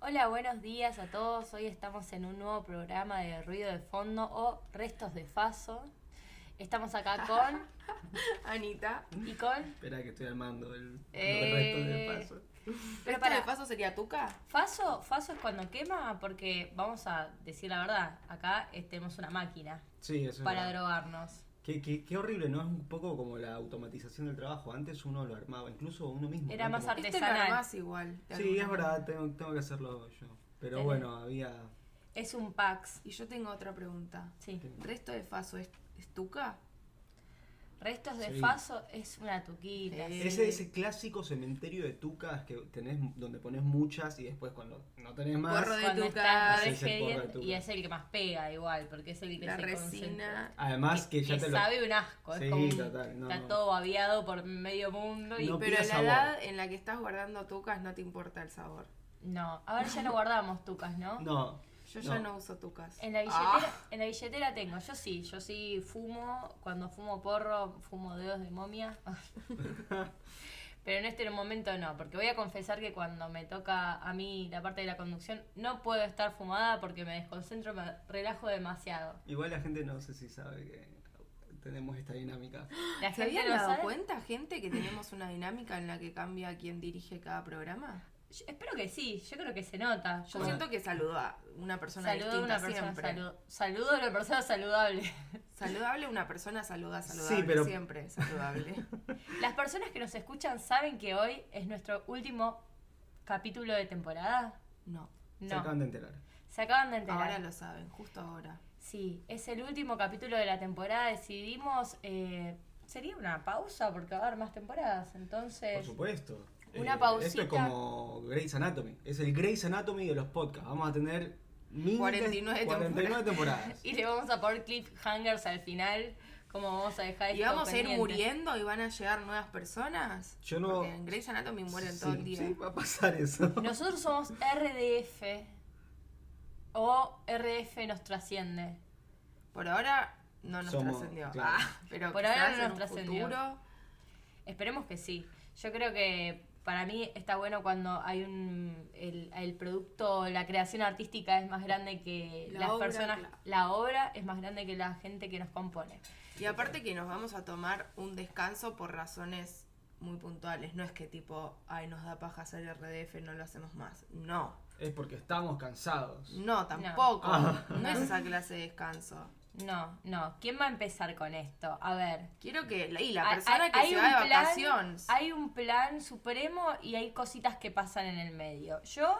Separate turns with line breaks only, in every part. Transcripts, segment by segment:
Hola, buenos días a todos. Hoy estamos en un nuevo programa de Ruido de Fondo o Restos de Faso. Estamos acá con
Anita.
y con
Espera que estoy armando el,
Eh.
los restos de paso.
pará.
Pero para este de paso sería Tuca.
Faso. Faso es cuando quema porque vamos a decir la verdad, acá eh, tenemos una máquina
Sí, eso es
para
verdad.
drogarnos.
Qué, qué- qué horrible, ¿no? Es un poco como la automatización del trabajo. Antes uno lo armaba, incluso uno mismo.
Era
¿no?
más
Como-
arte.
Este lo
Artesanal.
armás igual. de
Sí,
alguna
es
manera.
verdad, tengo, tengo que hacerlo yo. Pero
Tenés.
bueno, había.
Es un Pax.
Y yo tengo otra pregunta.
Sí.
¿Resto de Faso es, es Tuca?
Restos de
Sí.
Faso es una tuquita.
Sí.
Ese, ese clásico cementerio de tucas que tenés, donde pones muchas y después cuando no tenés más.
Porro de
Cuando
tuca.
está
Ese es el
Argedian
porro de tuca.
y es el que más pega igual, porque es el que
La
se
resina.
concentra.
Además que, ya te lo.
sabe un asco,
Sí,
es como un-
total, no,
está
no.
todo babeado por medio mundo y
No.
Pero a la
pide sabor.
edad en la que estás guardando tucas no te importa el sabor.
no, ahora ya no guardamos tucas, ¿no?
No.
Yo ya
No.
no uso tucas.
En la billetera,
Ah.
en la billetera tengo, yo sí, yo sí fumo, cuando fumo porro, fumo dedos de momia. Pero en este momento no, porque voy a confesar que cuando me toca a mí la parte de la conducción, no puedo estar fumada porque me desconcentro, me relajo demasiado.
Igual la gente no sé si sabe que tenemos esta dinámica.
La gente
¿Se habían
lo
dado
sabe.
cuenta, gente, que tenemos una dinámica en la que cambia quién dirige cada programa?
Yo- espero que sí, yo creo que se nota.
Yo
Como-
siento que saludo a una persona
Saludo a
distinta
una persona
siempre.
salu- saludo a una persona saludable.
Saludable una persona saluda saludable
pero-
siempre saludable.
Las personas que nos escuchan saben que hoy es nuestro último capítulo de temporada.
No.
Se
No,
acaban de enterar.
se acaban de enterar.
Ahora lo saben, justo ahora.
Sí, es el último capítulo de la temporada. Decidimos eh, sería una pausa porque va a haber más temporadas.
Por
Entonces,
supuesto.
Eh,
Eh,
Una
Esto
pausita.
es como Grey's Anatomy. Es el Grey's Anatomy de los podcasts. Vamos a tener mil-
49
49 temporadas.
y le vamos a poner cliffhangers al final, como vamos a dejar.
Y
esto
vamos a ir
pendiente.
muriendo y van a llegar nuevas personas.
Yo no-
Porque en Grey's Anatomy mueren todo el día.
Sí, va a pasar eso.
Nosotros somos RDF o RDF nos trasciende.
Por ahora no nos
Somos-
trascendió.
claro.
Ah, pero
Por ahora no
quizás en
nos
un
trascendió.
futuro,
Esperemos que sí. Yo creo que para mí está bueno cuando hay un el, el producto, la creación artística es más grande que
La
las
obra,
personas,
claro.
la obra es más grande que la gente que nos compone.
Y aparte que nos vamos a tomar un descanso por razones muy puntuales. No es que tipo, ay, nos da paja hacer RDF, no lo hacemos más. No.
Es porque estamos cansados.
No, tampoco.
Ah.
No, es esa clase de descanso.
No, no. ¿Quién va a empezar con esto? A ver.
Quiero que... Y la
Hay-
persona
hay-
que
hay
se
un
va de
plan-
vacaciones.
Hay un plan supremo y hay cositas que pasan en el medio. Yo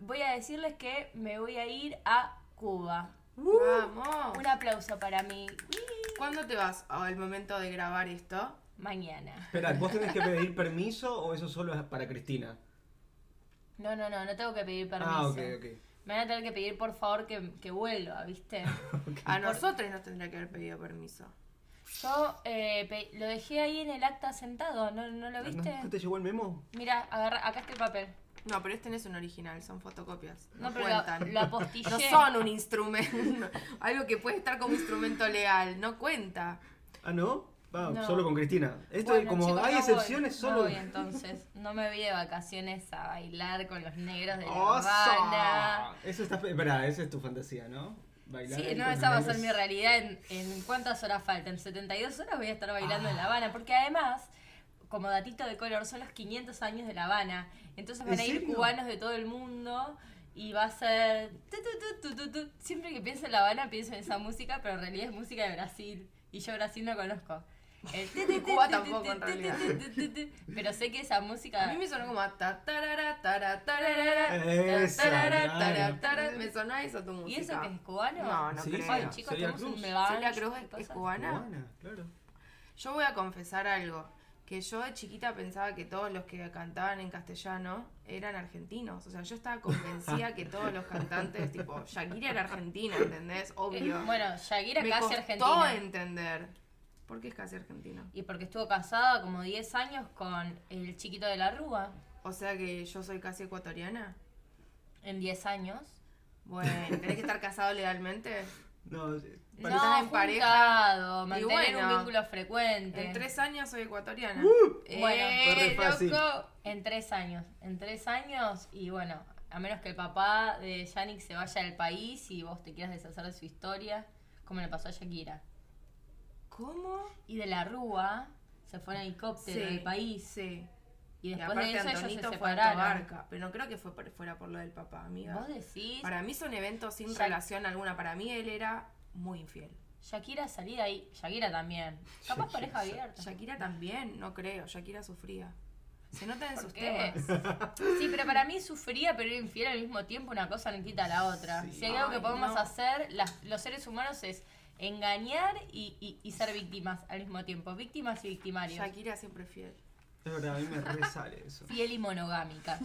voy a decirles que me voy a ir a Cuba.
Uh. Vamos.
Un aplauso para mí
¿Cuándo te vas al momento de grabar esto?
mañana.
Espera, ¿vos tenés que pedir permiso o eso solo es para Cristina?
No, no, no, no tengo que pedir permiso.
Ah, ok, ok.
Me van a tener que pedir por favor que, que vuelva, ¿viste?
A nosotros nos tendría que haber pedido permiso.
Yo eh, pe- lo dejé ahí en el acta sentado, ¿no, no lo viste?
Ah, ¿No, no te llegó el memo?
Mira, agarra, acá está el papel.
No, pero este no es un original, son fotocopias.
No,
No,
pero la,
cuentan.
la apostillé.
No son un instrumento. Algo que puede estar como instrumento leal. No cuenta.
Ah, ¿no? Va,
No.
solo con Cristina. Esto
Bueno,
es como
chicos,
hay
no voy,
excepciones
no
solo.
voy entonces. No me vi de vacaciones a bailar con los negros de la
¡Osa!
Habana.
Eso está. Espera, esa es tu fantasía, ¿no? Bailar
Sí,
ahí
no,
con
esa va a ser
los-
mi realidad. En, en cuántas horas faltan? 72 horas voy a estar bailando
Ah.
en La Habana. Porque además, como datito de color, son los 500 años de La Habana. Entonces van
¿En
a ir
serio?
cubanos de todo el mundo y va a ser. tu, tu, tu, tu, tu, tu. Siempre que pienso en La Habana pienso en esa música, pero en realidad es música de Brasil. Y yo Brasil no conozco. El tu, tu, tu,
Cuba
tu,
tampoco,
tu,
en
tu,
realidad.
tu, tu, tu, tu. Pero sé que esa música.
A mí me sonó como. a ta, tarara, tara, tarara,
Esa,
tarara, tara,
claro.
tara. Me sonó eso tu música.
¿Y eso que es cubano?
No, no
Sí,
creo.
Ay,
Bueno,
chicos,
Celia
tenemos un
Cruz.
melange
Celia Cruz
de
es- es
cosas.
cubana.
Cubana, claro.
Yo voy a confesar algo. Que yo de chiquita pensaba que todos los que cantaban en castellano eran argentinos. O sea, yo estaba convencida que todos los cantantes, tipo, Shakira era argentina, ¿entendés? Obvio.
Eh, bueno, Shakira
Me
casi
costó
argentina.
entender. ¿Por qué es casi argentino?
Y porque estuvo casada como 10 años con el chiquito de la Rúa.
O sea que yo soy casi ecuatoriana.
En 10 años.
Bueno, ¿tenés que estar casado legalmente?
No, sí,
No,
parece-
estar en
juntado,
pareja. Y
mantener un
bueno,
vínculo frecuente.
En tres años soy ecuatoriana.
Eh,
Fue re
bueno,
fácil.
loco. En tres años. En tres años y bueno, a menos que el papá de Yannick se vaya del país y vos te quieras deshacer de su historia, como le pasó a Shakira.
¿Cómo?
Y de la Rúa se fue en helicóptero del país.
Sí.
Y
Y
después
aparte
de eso ellos
Antonito
se
fue a
separaron.
Barca. Pero no creo que fue por- fuera por lo del papá, amiga.
¿Vos decís?
Para mí son eventos sin
Ya-
relación alguna. Para mí él era muy infiel.
Shakira salí de ahí. Shakira también. Capaz
Shakira,
pareja abierta.
Shakira también, no creo. Shakira sufría. Se nota en
¿Por
sus
qué?
temas.
Sí, pero para mí sufría, pero era infiel al mismo tiempo, una cosa no quita la otra.
Sí.
Si hay algo que
Ay,
podemos
no.
hacer las- los seres humanos es engañar y, y- y ser víctimas al mismo tiempo, víctimas y victimarios.
Shakira siempre fiel.
es verdad, a mí me resale eso.
Fiel y monogámica.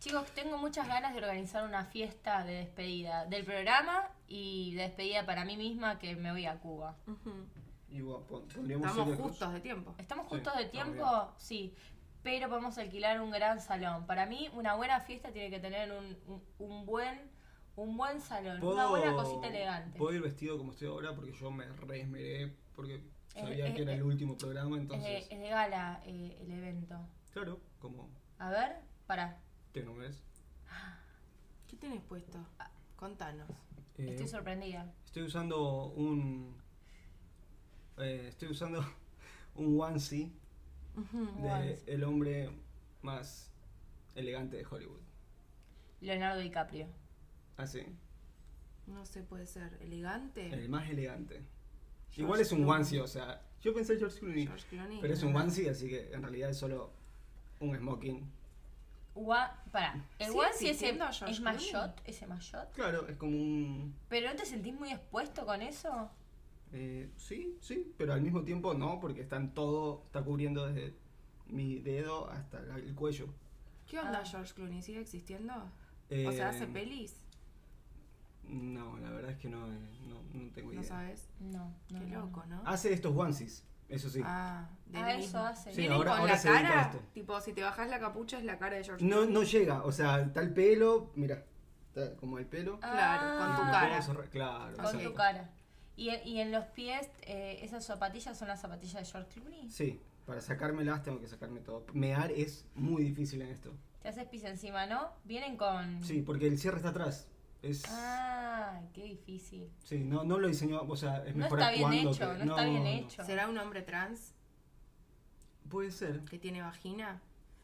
Chicos, tengo muchas ganas de organizar una fiesta de despedida del programa y de despedida para mí misma que me voy a Cuba.
Y bueno, pon- pondríamos
Estamos
serio cruz.
justos de tiempo.
¿Estamos
Sí,
justos de
estamos
tiempo? Sí, pero podemos alquilar un gran salón. Para mí, una buena fiesta tiene que tener un, un- un buen un buen salón, una buena cosita elegante.
Puedo ir vestido como estoy ahora porque yo me reesmeré porque
Es-
sabía
es-
que era
es-
el último programa,
Es de,
entonces.
es de gala eh, el evento.
Claro, como
A ver, para.
te nombres.
¿Qué tenés puesto? Contanos.
eh,
Estoy sorprendida.
estoy usando un. eh, estoy usando un onesie de
Onesie.
el hombre más elegante de Hollywood. Ah,
Leonardo DiCaprio.
Así,
No sé, puede ser. ¿Elegante?
el más elegante.
George
Eh, Igual es un
Clooney.
onesie, o sea, yo pensé George Clooney,
George Clooney.
pero es un onesie, así que en realidad es solo un smoking.
Gua- para. El
¿Sigue
onesie es,
existiendo George
es
Clooney?
maillot, ese maillot.
Claro, es como un
¿Pero no te sentís muy expuesto con eso?
Eh, sí, sí, pero al mismo tiempo no, porque están todo, está cubriendo desde mi dedo hasta la- el cuello.
¿Qué onda
Ah.
George Clooney? ¿Sigue existiendo?
Eh,
o sea, ¿hace pelis?
No, la verdad es que no, eh, no, no tengo idea.
No sabes.
No, no.
Qué
no, no.
loco, ¿no?
Hace estos onesies, eso sí.
Ah, de
Ah,
él
eso
mismo.
hace. Sí,
Vienen
ahora-
con
ahora
la
se dedica a
cara.
esto.
Tipo, si te bajas la capucha es la cara de George
No,
Clooney.
no llega, o sea, está el pelo, mira, está como el pelo.
Ah,
Claro,
y
con tu
lo
cara.
puedo cerrar- Claro,
Con
exacto.
tu cara. Y, y en los pies, eh, esas zapatillas son las zapatillas de George Clooney.
Sí, para sacármelas tengo que sacarme todo. Mear es muy difícil en esto.
Te haces pis encima, ¿no? Vienen con.
Sí, porque el cierre está atrás. Es,
Ah, qué difícil.
Sí, no, no lo diseñó, o sea, es
No
mejor
está bien
actuando
hecho,
que-
no está bien
no.
hecho.
¿Será un hombre trans
Puede ser.
que tiene vagina?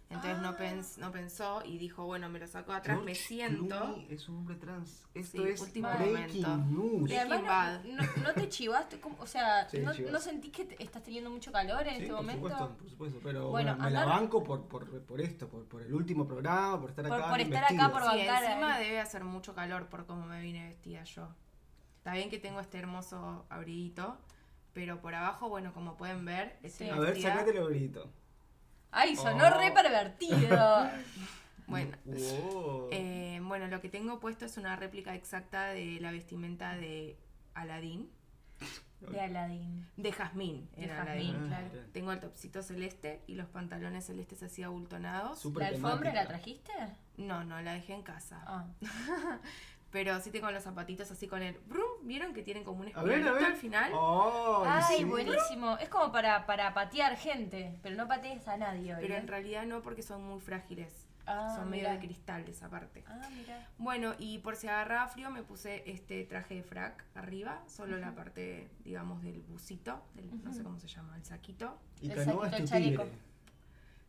Entonces no,
Ah.
pens- no pensó y dijo, bueno, me lo saco de atrás, me
George
siento.
Clooney es un hombre trans. Esto
Sí,
es
último
breaking
momento.
news.
Y además
Breaking
no, no- no te chivaste, como- o sea,
Sí,
no,
chivas.
no sentís que te- estás teniendo mucho calor en
Sí,
este
por
momento?
supuesto, por supuesto. Pero
Bueno,
me, me la
andar-
banco por, por, por esto, por, por el último programa, por estar
Por-
acá.
por
bien
estar acá,
vestido.
por
Sí,
bancar eh.
encima
ahí.
debe hacer mucho calor por cómo me vine vestida yo. Está bien que tengo este hermoso abriguito, pero por abajo, bueno, como pueden ver, estoy
Sí.
A ver,
vestida-
sacate el grito.
Ay, sonó
Oh.
re pervertido.
Bueno,
Wow.
Eh, bueno, lo que tengo puesto es una réplica exacta de la vestimenta de Aladín.
De Aladdin.
De Jazmín.
De
era
jazmín,
Aladín.
claro. Ah, ok.
Tengo el topsito celeste y los pantalones celestes así abultonados.
Súper
¿La alfombra
temática.
la trajiste?
No, no, la dejé en casa.
Ah.
Pero sí tengo los zapatitos así con el... brum, ¿Vieron que tienen como un
A ver, a ver.
espiralito al final?
Oh,
Ay,
sí.
buenísimo. Es como para, para patear gente, pero no patees a nadie hoy.
Pero
¿eh?
en realidad no, porque son muy frágiles.
Ah,
son
mirá.
medio de cristal esa parte.
Ah, mira.
Bueno, y por si agarraba frío me puse este traje de frac arriba, solo la parte, digamos, del busito, del, no sé cómo se llama, el saquito.
Y
El
Canoa es
saquito
tu
chaleco.
tigre.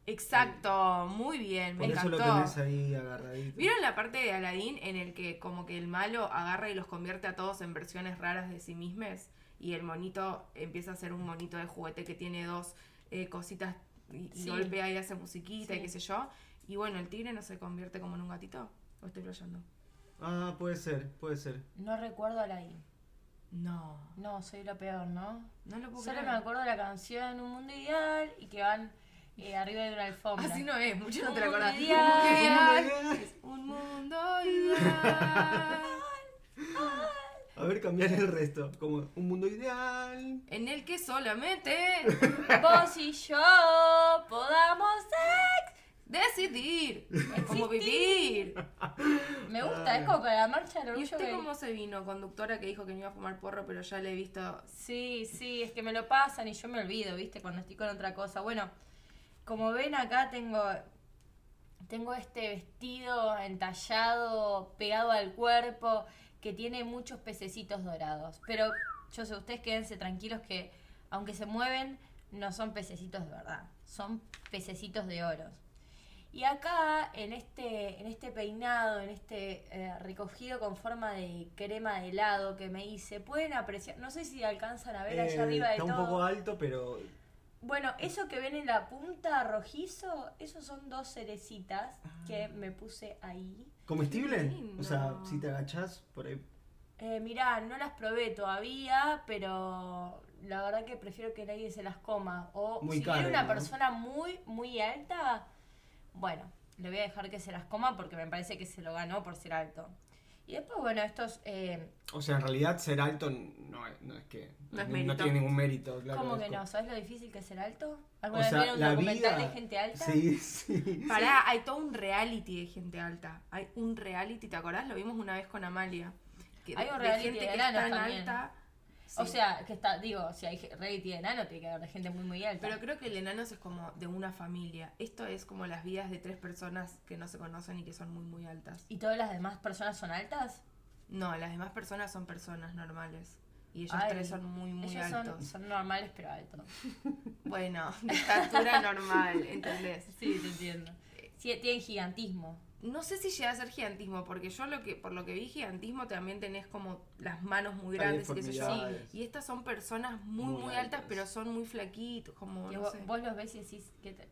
Exacto, muy bien,
Eh, Por
me
eso
encantó.
lo tenés ahí agarradito.
¿Vieron la parte de Aladdin en el que como que el malo agarra y los convierte a todos en versiones raras de sí mismos? Y el monito empieza a ser un monito de juguete que tiene dos eh, cositas y, y
Sí.
golpea y hace musiquita y
Sí.
qué sé yo. Y bueno, el tigre no se convierte como en un gatito. ¿O estoy playando?
Ah, puede ser, puede ser.
No recuerdo a Aladdin.
No,
No, soy lo peor, ¿no?
no lo puedo
Solo
creer.
me acuerdo la canción Un Mundo Ideal y que van eh, arriba de una alfombra.
Así Ah, no es, mucho no
Un
te la
mundo
acordás.
ideal.
Un mundo ideal. Un mundo ideal.
A ver, cambiar el resto. Como un mundo ideal.
En el que solamente
Vos y yo podamos ser.
decidir es como
Existir.
vivir.
Me Me gusta, es como para la marcha del
¿Y
orgullo
usted
que...
cómo se vino? Conductora que dijo que no iba a fumar porro, pero ya le he visto.
Sí, sí, es que me lo pasan y yo me olvido, ¿viste? Cuando estoy con otra cosa. Bueno, como ven acá tengo tengo este vestido entallado, pegado al cuerpo, que tiene muchos pececitos dorados. Pero yo sé, ustedes quédense tranquilos que aunque se mueven, no son pececitos de verdad, son pececitos de oro. Y acá, en este, en este peinado, en este eh, recogido con forma de crema de helado que me hice, pueden apreciar, no sé si alcanzan a ver allá
Eh,
arriba de
está
todo.
un poco alto, pero
Bueno, eso que ven en la punta rojizo, esos son dos cerecitas
Ah.
que me puse ahí.
¿Comestible?
Lindo.
O sea, si te agachás por ahí.
Eh, mirá, no las probé todavía, pero la verdad que prefiero que nadie se las coma. O
Muy
si
caro,
viene una
¿no?
persona muy, muy alta, bueno, le voy a dejar que se las coma porque me parece que se lo ganó por ser alto. Y después, bueno, estos... eh,
O sea, en realidad ser alto no es, no es que.
No es mérito.
tiene ningún mérito, claro.
¿Cómo
es
que
co-
no? ¿Sabes lo difícil que es ser alto?
O
¿Alguna vez
sea,
vieron un
la
documental
vida.
de gente alta?
Sí, sí.
Pará, hay todo un reality de gente alta. Hay un reality, ¿te acordás? Lo vimos una vez con Amalia. Que
Hay un
de
reality
gente
de
que es
enanos
tan
también.
alta.
O
Sí.
sea, que está, digo, si hay ge- reality de enano, tiene que haber de gente muy, muy alta.
Pero creo que el enanos es como de una familia. Esto es como las vidas de tres personas que no se conocen y que son muy, muy altas.
¿Y todas las demás personas son altas?
No, las demás personas son personas normales. Y ellos
Ay,
tres son muy, muy
Ellos son,
altos.
son normales, pero altos.
Bueno, de estatura normal, ¿entendés?
Sí, te entiendo. Sí, tienen gigantismo.
No sé si llega a ser gigantismo, porque yo lo que, por lo que vi, gigantismo también tenés como las manos muy
Hay
grandes y qué sé yo.
deformidades.
Y estas son personas muy, muy,
Muy
altas,
altas.
pero son muy flaquitos, como
Que
no
vos,
sé.
vos los ves y decís que te-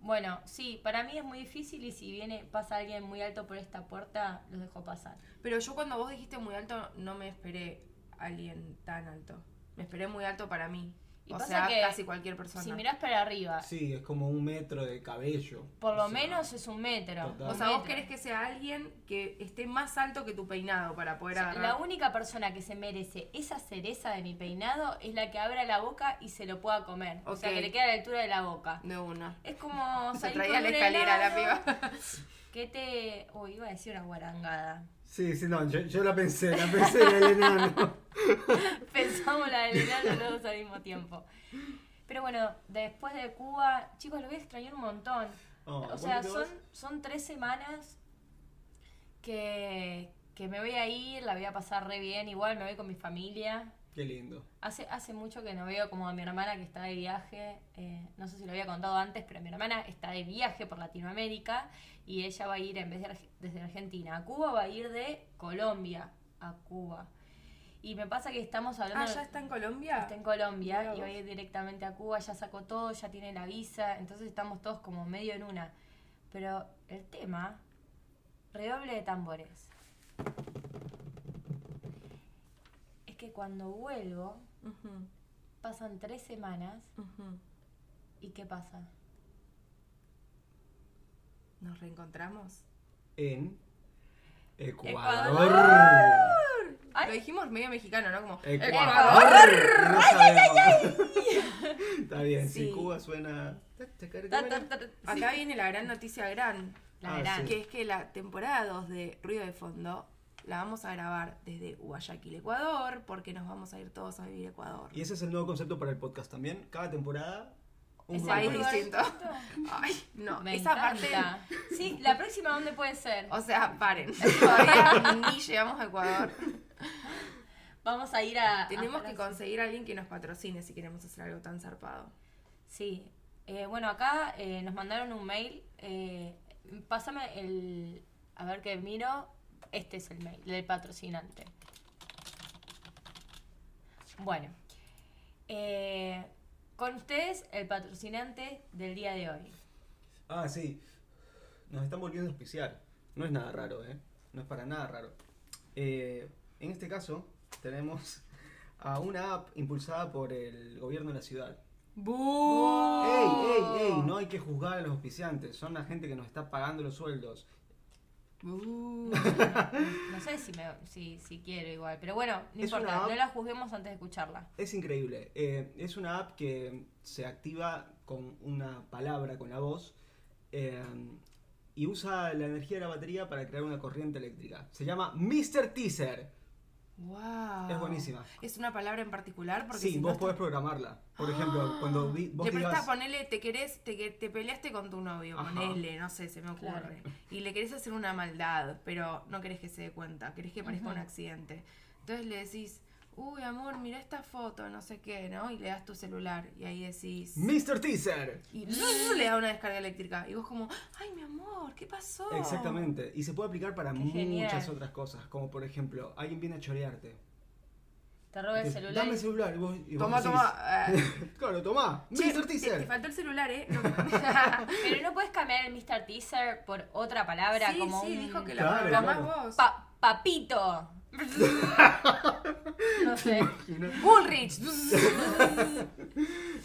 Bueno, sí, para mí es muy difícil y si viene, pasa alguien muy alto por esta puerta, los dejo pasar.
Pero yo cuando vos dijiste muy alto, no me esperé a alguien tan alto. Me esperé muy alto para mí.
Y
o
pasa
sea,
que
casi cualquier persona.
Si mirás para arriba,
Sí, es como un metro de cabello.
por lo
O sea,
menos es un metro. un
total.
o sea, vos
metro.
querés que sea alguien que esté más alto que tu peinado para
O
poder
sea,
agarrar.
la única persona que se merece esa cereza de mi peinado es la que abra la boca y se lo pueda comer. O sea,
Ok.
que le queda a la altura de la boca.
De una.
Es como
Se
salir
traía
con
la
un
escalera la
helado
piba.
Que te... Uy, iba a decir una guarangada.
Sí, sí, no, yo, yo la pensé, la pensé en el enano.
Pensamos la del verano los dos al mismo tiempo. Pero bueno, después de Cuba, chicos, lo voy a extrañar un montón.
Oh,
o sea,
¿vos
son,
te vas?
son tres semanas que, que me voy a ir, la voy a pasar re bien. Igual me voy con mi familia.
Qué lindo.
Hace, hace mucho que no veo como a mi hermana que está de viaje, eh, no sé si lo había contado antes, pero mi hermana está de viaje por Latinoamérica y ella va a ir en vez de Arge- desde Argentina a Cuba, va a ir de Colombia a Cuba. Y me pasa que estamos
Ah,
hablando...
¿ya está en Colombia?
Está en Colombia
Mirá
y va a
vos.
ir directamente a Cuba, ya sacó todo, ya tiene la visa, entonces estamos todos como medio en una. Pero el tema, redoble de tambores. Es que cuando vuelvo,
Ujú,
pasan tres semanas
ujú.
y ¿qué pasa?
¿Nos reencontramos?
En
Ecuador.
Ecuador.
Ay.
Lo dijimos medio mexicano, ¿no? Como
Eh,
"Eh,
Ecuador. No sabemos. Está bien,
Sí.
si Cuba suena.
Ta, ta, ta, ta,
Acá viene la gran noticia gran,
La
Ah,
gran.
que es que la temporada 2 de Ruido de Fondo la vamos a grabar desde Guayaquil, Ecuador, porque nos vamos a ir todos a vivir a Ecuador.
Y ese es el nuevo concepto para el podcast también. Cada temporada, un
¿Es
Un
grupo.
país
algo de-
distinto. Ay, no,
Me
esa parte.
encanta. Sí, la próxima, ¿dónde puede ser?
O sea, paren. Todavía ni llegamos a Ecuador.
Vamos a ir a. a
Tenemos que
Francia.
conseguir a alguien que nos patrocine si queremos hacer algo tan zarpado.
Sí. Eh, bueno, acá eh, nos mandaron un mail. eh, pásame el. A ver que miro. Este es el mail del patrocinante. Bueno. Eh, con ustedes, el patrocinante del día de hoy.
Ah, sí. Nos están volviendo a auspiciar. No es nada raro, ¿eh? No es para nada raro. Eh, en este caso, tenemos a una app impulsada por el gobierno de la ciudad. ¡Ey, ey, ey! No hay que juzgar a los auspiciantes. Son la gente que nos está pagando los sueldos.
Uh.
No sé si, me, si, si quiero igual, pero bueno, no
Es
importa,
una-
no la juzguemos antes de escucharla.
Es increíble. Eh, es una app que se activa con una palabra, con la voz. eh, y usa la energía de la batería para crear una corriente eléctrica. Se llama Mr. Teaser.
Wow.
Es buenísima.
¿Es una palabra en particular? Porque
sí,
si no
vos
está-
podés programarla. Por ejemplo, cuando di- vos
Le prestás,
digas...
Ah. ponele, te querés, te, que- te peleaste con tu novio,
Ajá.
ponele, no sé, se me ocurre.
Claro.
Y le querés hacer una maldad, pero no querés que se dé cuenta, querés que parezca un
Ujú.
accidente. Entonces le decís, uy amor, mira esta foto, no sé qué, ¿no? Y le das tu celular y ahí decís.
Mr. Teaser.
Y no, le da una descarga eléctrica. Y vos como, ay mi amor, ¿qué pasó?
Exactamente. Y se puede aplicar para
Qué
muchas
genial.
otras cosas. Como por ejemplo, alguien viene a chorearte.
Te roba el
Te-
celular.
Dame el celular. Y vos, y vos
Toma,
decís,
toma. eh,
claro, tomá.
che,
Mr.
te,
Teaser.
te faltó el celular, ¿eh? No.
Pero no puedes cambiar el Mr. Teaser por otra palabra
sí,
como
sí,
un
dijo que la
Claro,
programás
claro.
vos.
pa- papito. no sé.
Bullrich.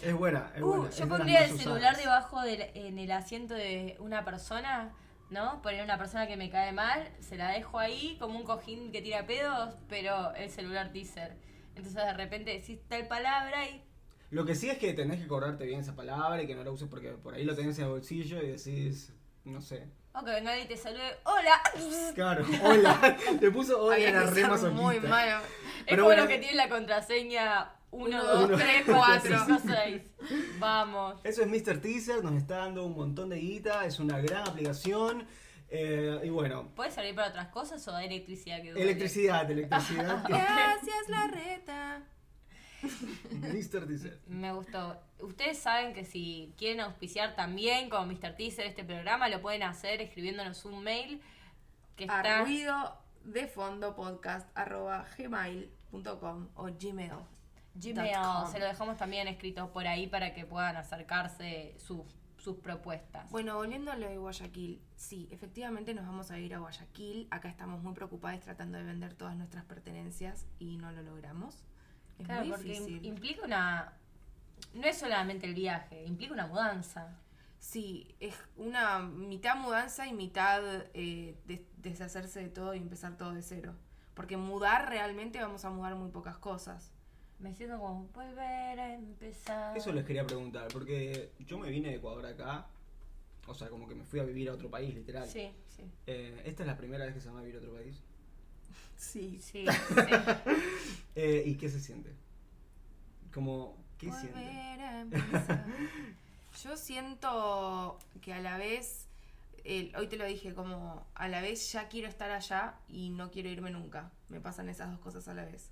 Es buena, es
Uh,
buena. es de
yo
las
pondría
más
el
usadas.
celular debajo del, en el asiento de una persona, ¿no? Poner una persona que me cae mal, se la dejo ahí como un cojín que tira pedos, pero el celular teaser. Entonces de repente decís tal palabra y
Lo que sí es que tenés que cobrarte bien esa palabra y que no la uses porque por ahí lo tenés en el bolsillo y decís, no sé.
o que venga alguien y te salude, hola. Es
Claro, hola. Te puso hola
Había
en la
que
re
estar muy
masoquista.
malo.
Pero
como
bueno,
lo que tiene la contraseña 1,
Uno,
2,
uno,
3,
dos,
4,
tres,
5, 6. Vamos.
Eso es Mr. Teaser, nos está dando un montón de guita, es una gran aplicación. eh, y bueno,
¿Puede servir para otras cosas o da electricidad que duele?
electricidad, electricidad.
Gracias, la reta.
Mr. Teaser.
Me gustó. Ustedes saben que si quieren auspiciar también como Mr. Teaser este programa, lo pueden hacer escribiéndonos un mail que
A
está
ruido de fondo podcast arroba gmail.com o gmail.
Gmail.
.com.
Se lo dejamos también escrito por ahí para que puedan acercarse sus, sus propuestas.
Bueno, volviendo a lo de Guayaquil, sí, efectivamente nos vamos a ir a Guayaquil. Acá estamos muy preocupados tratando de vender todas nuestras pertenencias y no lo logramos. Es
claro,
muy
porque im-
difícil.
implica una. No es solamente el viaje, implica una mudanza.
Sí, es una mitad mudanza y mitad eh, des- deshacerse de todo y empezar todo de cero. Porque mudar realmente vamos a mudar muy pocas cosas.
Me siento como volver a empezar.
Eso les quería preguntar, porque yo me vine de Ecuador acá, o sea, como que me fui a vivir a otro país, literal.
Sí,
Sí.
Eh, esta es la primera vez que se me va a vivir a otro país.
Sí.
sí, sí.
Eh, ¿Y qué se siente? Como, ¿qué siente?
Volver a empezar. Yo siento que a la vez, el- hoy te lo dije, como a la vez ya quiero estar allá y no quiero irme nunca. Me pasan esas dos cosas a la vez.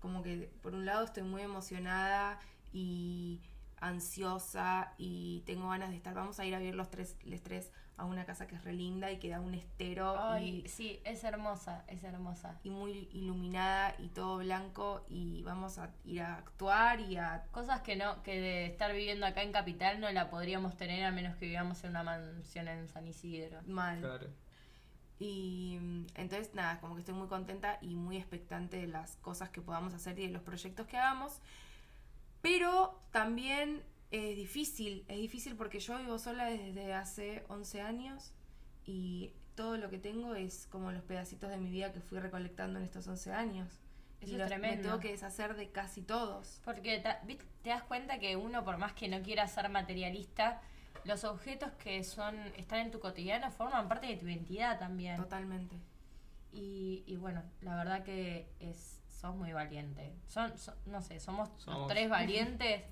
Como que por un lado estoy muy emocionada y ansiosa y tengo ganas de estar. Vamos a ir a ver los tres, les tres a una casa que es re linda y que da un estero
Ay,
y
sí, es hermosa, es hermosa.
y muy iluminada y todo blanco y vamos a ir a actuar y a
Cosas que no, que de estar viviendo acá en Capital no la podríamos tener a menos que vivamos en una mansión en San Isidro.
mal.
Claro.
Y mm, entonces nada, como que estoy muy contenta y muy expectante de las cosas que podamos hacer y de los proyectos que hagamos. Pero también es difícil, es difícil porque yo vivo sola desde hace 11 años y todo lo que tengo es como los pedacitos de mi vida que fui recolectando en estos 11 años.
Eso es
y los-
tremendo.
me tengo que deshacer de casi todos.
Porque ta- vi- te das cuenta que uno, por más que no quiera ser materialista, los objetos que son están en tu cotidiano forman parte de tu identidad también.
Totalmente.
Y, y bueno, la verdad que es, sos muy valiente. Son, so- no sé, somos, los
Somos.
tres valientes.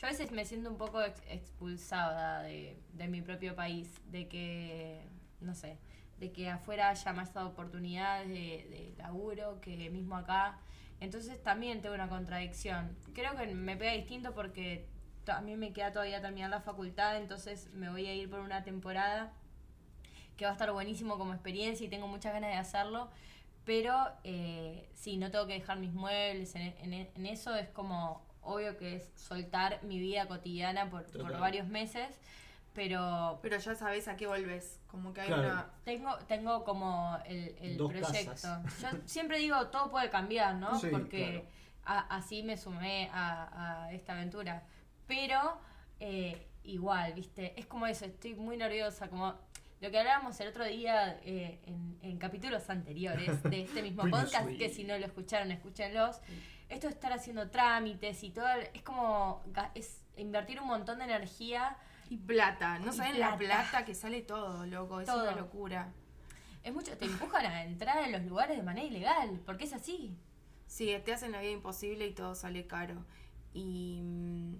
Yo a veces me siento un poco ex- expulsada de, de mi propio país, de que, no sé, de que afuera haya más oportunidades de, de laburo que mismo acá. Entonces también tengo una contradicción. Creo que me pega distinto porque to- a mí me queda todavía terminar la facultad, entonces me voy a ir por una temporada que va a estar buenísimo como experiencia y tengo muchas ganas de hacerlo. Pero eh, sí, no tengo que dejar mis muebles. En, en- en eso es como obvio que es soltar mi vida cotidiana por, por
Total.
varios meses. Pero
Pero ya sabes a qué volvés. Como que hay
Claro.
una...
tengo, tengo como el, el
Dos
proyecto.
casas.
Yo siempre digo, todo puede cambiar, ¿no?
Sí,
Porque
claro.
a- así me sumé a, a esta aventura. Pero eh, igual, ¿viste? Es como eso, estoy muy nerviosa, como lo que hablábamos el otro día eh, en, en capítulos anteriores de este mismo podcast,
Previously.
que si no lo escucharon, escúchenlos. Esto de estar haciendo trámites y todo, es como ga- es invertir un montón de energía
Y Y plata, no
Y
saben la
plata.
plata que sale todo, loco, es
Todo.
una locura.
Es mucho, te empujan a entrar en los lugares de manera ilegal, porque es así.
Sí, te hacen la vida imposible y todo sale caro. Y mm,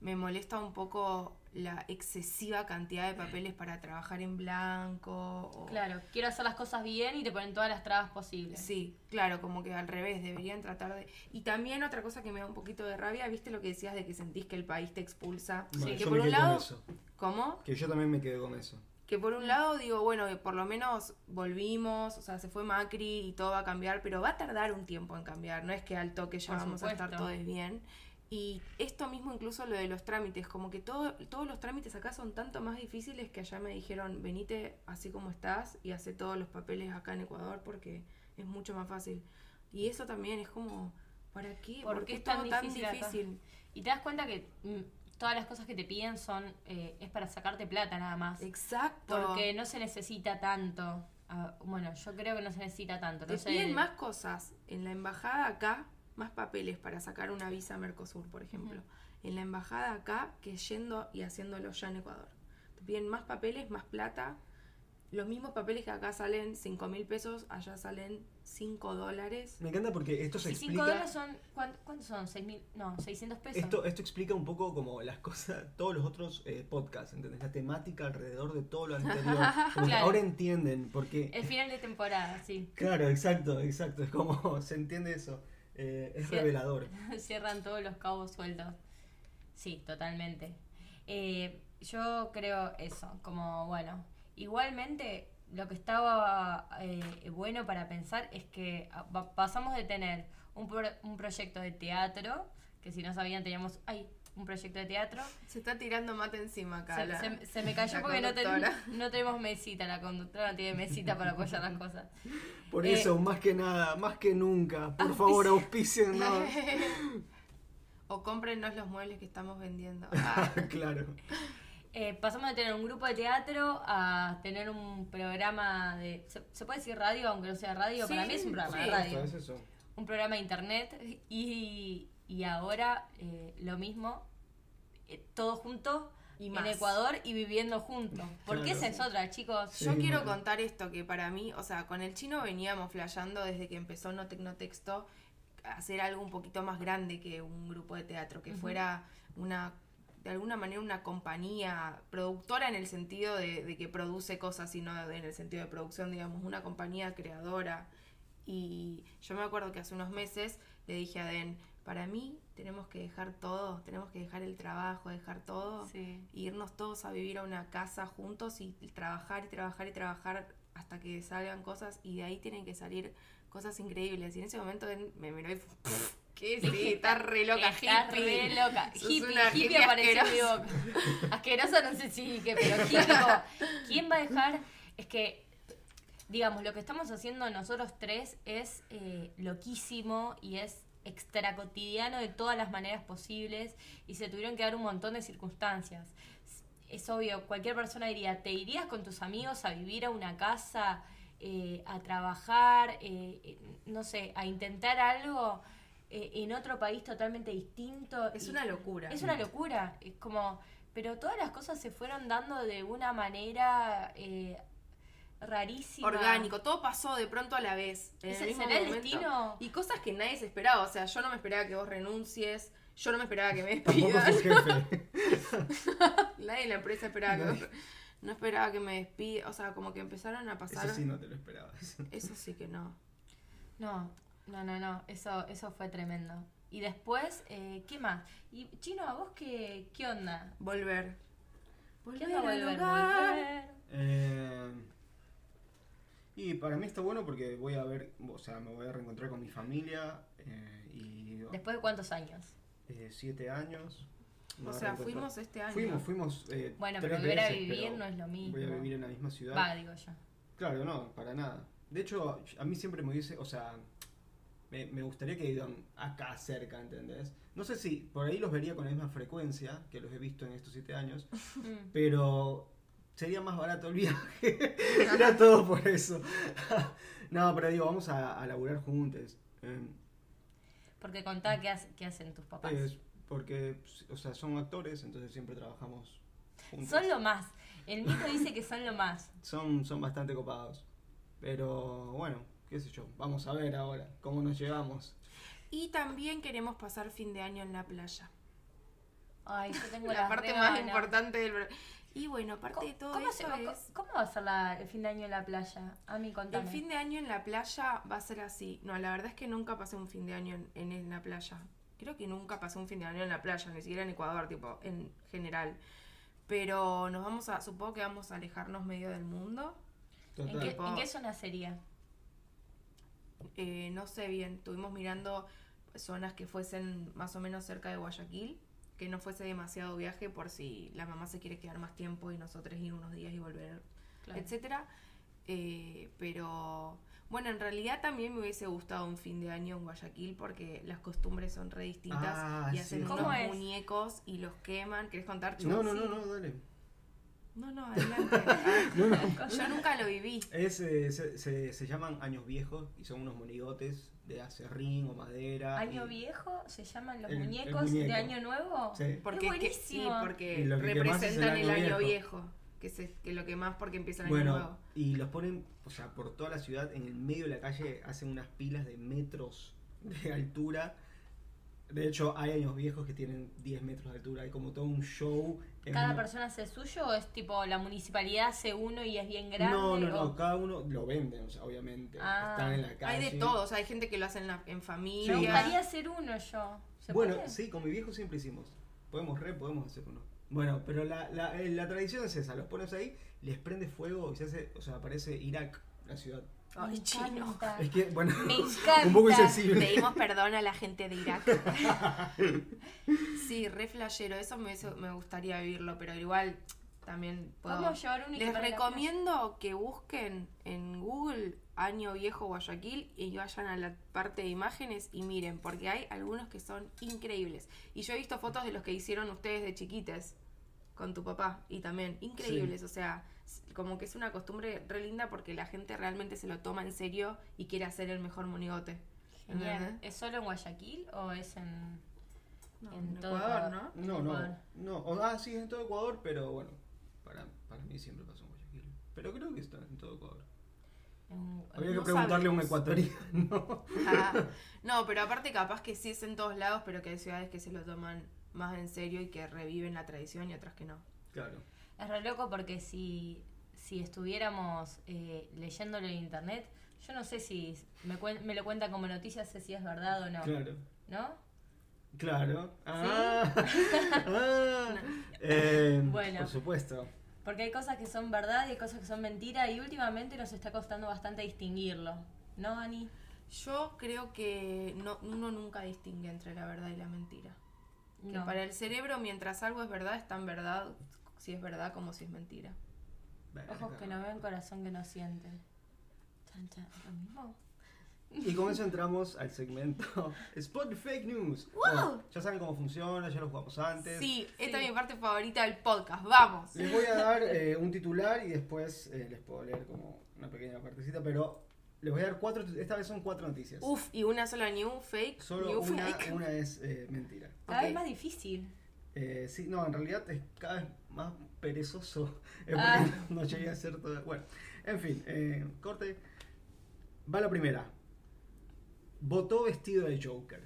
me molesta un poco la excesiva cantidad de papeles para trabajar en blanco. o-
Claro, quiero hacer las cosas bien y te ponen todas las trabas posibles.
Sí, claro, como que al revés, deberían tratar de... Y también otra cosa que me da un poquito de rabia, viste lo que decías de que sentís que el país te expulsa.
Sí,
Bueno,
que
yo
por
me
un
quedé con
lado...
eso.
¿Cómo?
Que yo también me quedé con eso.
Que por un lado digo, bueno, que por lo menos volvimos, o sea, se fue Macri y todo va a cambiar, pero va a tardar un tiempo en cambiar, no es que al toque ya
Por
vamos a estar
supuesto.
todos bien. Y esto mismo incluso lo de los trámites, como que todo, todos los trámites acá son tanto más difíciles que allá me dijeron, venite así como estás y hace todos los papeles acá en Ecuador porque es mucho más fácil. Y eso también es como, ¿para qué?
¿Por
¿Por
qué
qué
es tan
todo tan
difícil acá?
difícil?
Y te das cuenta que mm, todas las cosas que te piden son eh, es para sacarte plata nada más.
Exacto.
Porque no se necesita tanto. Ah, bueno, yo creo que no se necesita tanto. No
Te
sé.
piden más cosas en la embajada acá, más papeles para sacar una visa a Mercosur, por ejemplo. En la embajada acá que yendo y haciéndolo ya en Ecuador. Te piden más papeles, más plata. Los mismos papeles que acá salen 5 mil pesos, allá salen 5 dólares.
Me encanta porque esto se
Y 5
explica.
dólares son. ¿cuán- ¿Cuántos son? ¿Seis mil? No, 600 pesos.
Esto, esto explica un poco como las cosas, todos los otros eh, podcasts, ¿entendés? La temática alrededor de todo lo anterior. Como que
Claro.
ahora entienden, porque.
El final de temporada, sí.
Claro, exacto, exacto. Es como se entiende eso. Eh, es
Sí.
revelador.
Cierran todos los cabos sueltos. Sí, totalmente. Eh, yo creo eso, como bueno. Igualmente, lo que estaba eh, bueno para pensar es que ah, va- pasamos de tener un, pro- un proyecto de teatro, que si no sabían teníamos, ay, un proyecto de teatro.
Se está tirando mate encima acá.
Se,
la-
se- se me cayó
la
porque no, ten-
conductora.
no tenemos mesita, la conductora no tiene mesita para apoyar las cosas.
Por
Eh,
eso, más que nada, más que nunca, por favor, auspícennos.
o cómprennos los muebles que estamos vendiendo. Ah.
claro.
Eh, pasamos de tener un grupo de teatro a tener un programa de... ¿Se, se puede decir radio, aunque no sea radio?
Sí,
Para mí es un programa
sí.
de radio.
Es eso.
Un programa de internet y, y ahora eh, lo mismo, eh, todo junto
Y
en
más.
Ecuador y viviendo juntos. Porque
Claro.
esa es otra, chicos.
Sí.
Yo quiero
bueno.
contar esto que para mí, o sea, con el chino veníamos flasheando desde que empezó No Tecnotexto a hacer algo un poquito más grande que un grupo de teatro, que fuera una de alguna manera una compañía productora en el sentido de, de que produce cosas y no de- en el sentido de producción, digamos, una compañía creadora. Y yo me acuerdo que hace unos meses le dije a Den, para mí tenemos que dejar todo, tenemos que dejar el trabajo, dejar todo
Sí.
y irnos todos a vivir a una casa juntos y trabajar y trabajar y trabajar hasta que salgan cosas y de ahí tienen que salir cosas increíbles. Y en ese momento él me miró y fue, ¿qué? Sí, estás re loca,
Está
hippie.
re loca.
Sos
Hippie,
una
hippie,
hippie
apareció en mi boca. Asquerosa no sé si que, pero hippie, como, ¿quién va a dejar? Es que, digamos, lo que estamos haciendo nosotros tres es eh, loquísimo y es extra cotidiano de todas las maneras posibles y se tuvieron que dar un montón de circunstancias. Es obvio, cualquier persona diría, ¿te irías con tus amigos a vivir a una casa, eh, a trabajar, eh, eh, no sé, a intentar algo eh, en otro país totalmente distinto?
Es
Y-
una locura.
es una locura, es como, pero todas las cosas se fueron dando de una manera eh, rarísima.
Orgánico, todo pasó de pronto a la vez. en
¿Ese
el mismo
será el
momento.
destino?
Y cosas que nadie se esperaba. O sea, yo no me esperaba que vos renuncies, yo no me esperaba que me
Tampoco
despidas.
es el jefe.
nadie en la empresa esperaba que
Nadie.
no esperaba que me despida. O sea, como que empezaron a pasar.
Eso sí, no te lo esperabas.
Eso sí que no.
No, no, no, no, eso, eso fue tremendo. Y después, eh, ¿qué más? Y Chino, ¿a vos qué, qué onda?
Volver.
¿Qué
Volver
onda
al
volver,
hogar.
volver?
Eh, y para mí está bueno porque voy a ver, o sea, me voy a reencontrar con mi familia eh, y
¿Después de cuántos años?
eh, siete años. me
O
voy a
sea,
reencontrar-
fuimos este año.
Fuimos, fuimos. eh,
Bueno,
tres
pero volver a
veces,
vivir
pero
no es lo mismo.
Voy a vivir en la misma ciudad.
Va, digo yo.
Claro, no, para nada. De hecho, a mí siempre me dice, o sea, me, me gustaría que vivan acá cerca, ¿entendés? No sé si por ahí los vería con la misma frecuencia que los he visto en estos siete años,
Mm.
pero sería más barato el viaje. Era todo por eso. no, pero digo, vamos a, a laburar juntos. eh,
Porque contá qué, hace- qué hacen tus papás.
es porque, o sea, son actores, entonces siempre trabajamos juntos.
Son lo más. El mito dice que son lo más.
son, son bastante copados. Pero bueno, qué sé yo, vamos a ver ahora cómo nos llevamos.
Y también queremos pasar fin de año en la playa.
Ay, yo tengo
la
las
parte
re
más
ganas.
importante del... ver- Y bueno, aparte de
¿Cómo,
todo
cómo
eso
se- cómo-
es...
cómo va a ser la- el fin de año en la playa? A mí, contame.
El fin de año en la playa va a ser así. No, la verdad es que nunca pasé un fin de año en, en- en la playa. Creo que nunca pasé un fin de año en la playa, ni siquiera en Ecuador, tipo, en general. Pero nos vamos a, supongo que vamos a alejarnos medio del mundo.
¿En, qué,
Total.
en qué zona sería?
Eh, no sé bien, estuvimos mirando zonas que fuesen más o menos cerca de Guayaquil, que no fuese demasiado viaje por si la mamá se quiere quedar más tiempo y nosotros ir unos días y volver
Claro.
etcétera. Eh, pero bueno, en realidad también me hubiese gustado un fin de año en Guayaquil porque las costumbres son re distintas
Ah,
y
sí.
hacen unos
¿Cómo es?
muñecos y los queman. ¿Querés contar? Chu?
No, no,
Sí.
no, no, dale.
No, no, adelante. Ah,
No, no.
Yo nunca lo viví.
Es, eh, se, se- se llaman años viejos y son unos monigotes de acerrín o madera.
¿Año
y-
viejo? ¿Se llaman los
El- el
muñecos de
muñeco.
Año Nuevo?
Sí.
Porque
Es
es que- sí,
buenísimo.
porque
Y lo que quemás es el
representan el
año
año
viejo.
viejo. que, se, que lo quemás porque empieza el año
Bueno,
nuevo.
y los ponen, o sea, por toda la ciudad, en el medio de la calle, hacen unas pilas de metros de altura. De hecho, hay años viejos que tienen 10 metros de altura. Hay como todo un show. en
¿Cada
una-
persona hace el suyo o es tipo la municipalidad hace uno y es bien grande?
No, no, no,
o-
cada uno lo venden, o sea, obviamente.
Ah.
Están en la calle.
Hay de todo, o sea, hay gente que lo hace en, la- en
Me
familia.
Sí.
gustaría hacer uno yo. ¿Se
Bueno,
puede?
sí, con mi viejo siempre hicimos. Podemos re, podemos hacer uno. Bueno, pero la, la, eh, la tradición es esa, los pones ahí, les prende fuego y se hace, o sea, aparece Irak, la ciudad.
Me
Ay, chino.
encanta.
Es que, bueno,
Ah, Me encanta.
un poco insensible.
Pedimos perdón a la gente de Irak. sí, re flashero, eso me, hubiese- me gustaría vivirlo, pero igual también puedo.
Vamos a llevar uno y
Les
llevar a la
recomiendo que busquen en Google Año Viejo Guayaquil y vayan a la parte de imágenes y miren, porque hay algunos que son increíbles. Y yo he visto fotos de los que hicieron ustedes de chiquites con tu papá y también increíbles, o sea, s- como que es una costumbre re linda porque la gente realmente se lo toma en serio y quiere hacer el mejor monigote.
playa. Genial.
Ajá.
¿Es solo en Guayaquil o es en.?
No,
En
en
todo
Ecuador,
Ecuador.
¿no?
No,
Ecuador.
no, no. O- ah, sí, es en todo Ecuador, pero bueno, para, para mí siempre pasó en Guayaquil. Pero creo que está en todo Ecuador.
en-
Habría
No
que preguntarle a un
sabemos.
ecuatoriano.
Ah, no, pero aparte capaz que sí es en todos lados, pero que hay ciudades que se lo toman más en serio y que reviven la tradición y otras que no.
claro.
Es re loco porque si, si estuviéramos eh, leyéndolo en internet, yo no sé si me, cuen- me lo cuenta como noticia, sé si es verdad o no.
Claro.
¿No?
Claro. Ah, ah, eh,
Bueno.
Por supuesto.
Porque hay cosas que son verdad y hay cosas que son mentira y últimamente nos está costando bastante distinguirlo. ¿No, Ani?
Yo creo que no, uno nunca distingue entre la verdad y la mentira. Que
No.
para el cerebro, mientras algo es verdad, es tan verdad si es verdad como si es mentira.
Ojos que no ven, corazón que no siente. Chan, chan, ¿Lo mismo?
Y con eso entramos al segmento Spot Fake News. Bueno, ya saben cómo funciona, ya lo jugamos antes.
Sí, esta
Sí.
es mi parte favorita del podcast. ¡Vamos!
Les voy a dar eh, un titular y después eh, les puedo leer como una pequeña partecita, pero les voy a dar cuatro, esta vez son cuatro noticias.
Uf, y una sola new fake.
Solo
new
una,
fake.
una es eh, mentira.
Cada vez
Ok.
más difícil.
Eh, sí, no, en realidad es cada vez más perezoso. eh, porque
Ah.
no, llegué a hacer todo. Bueno, en fin, eh, corte. Va la primera. Votó vestido de Joker.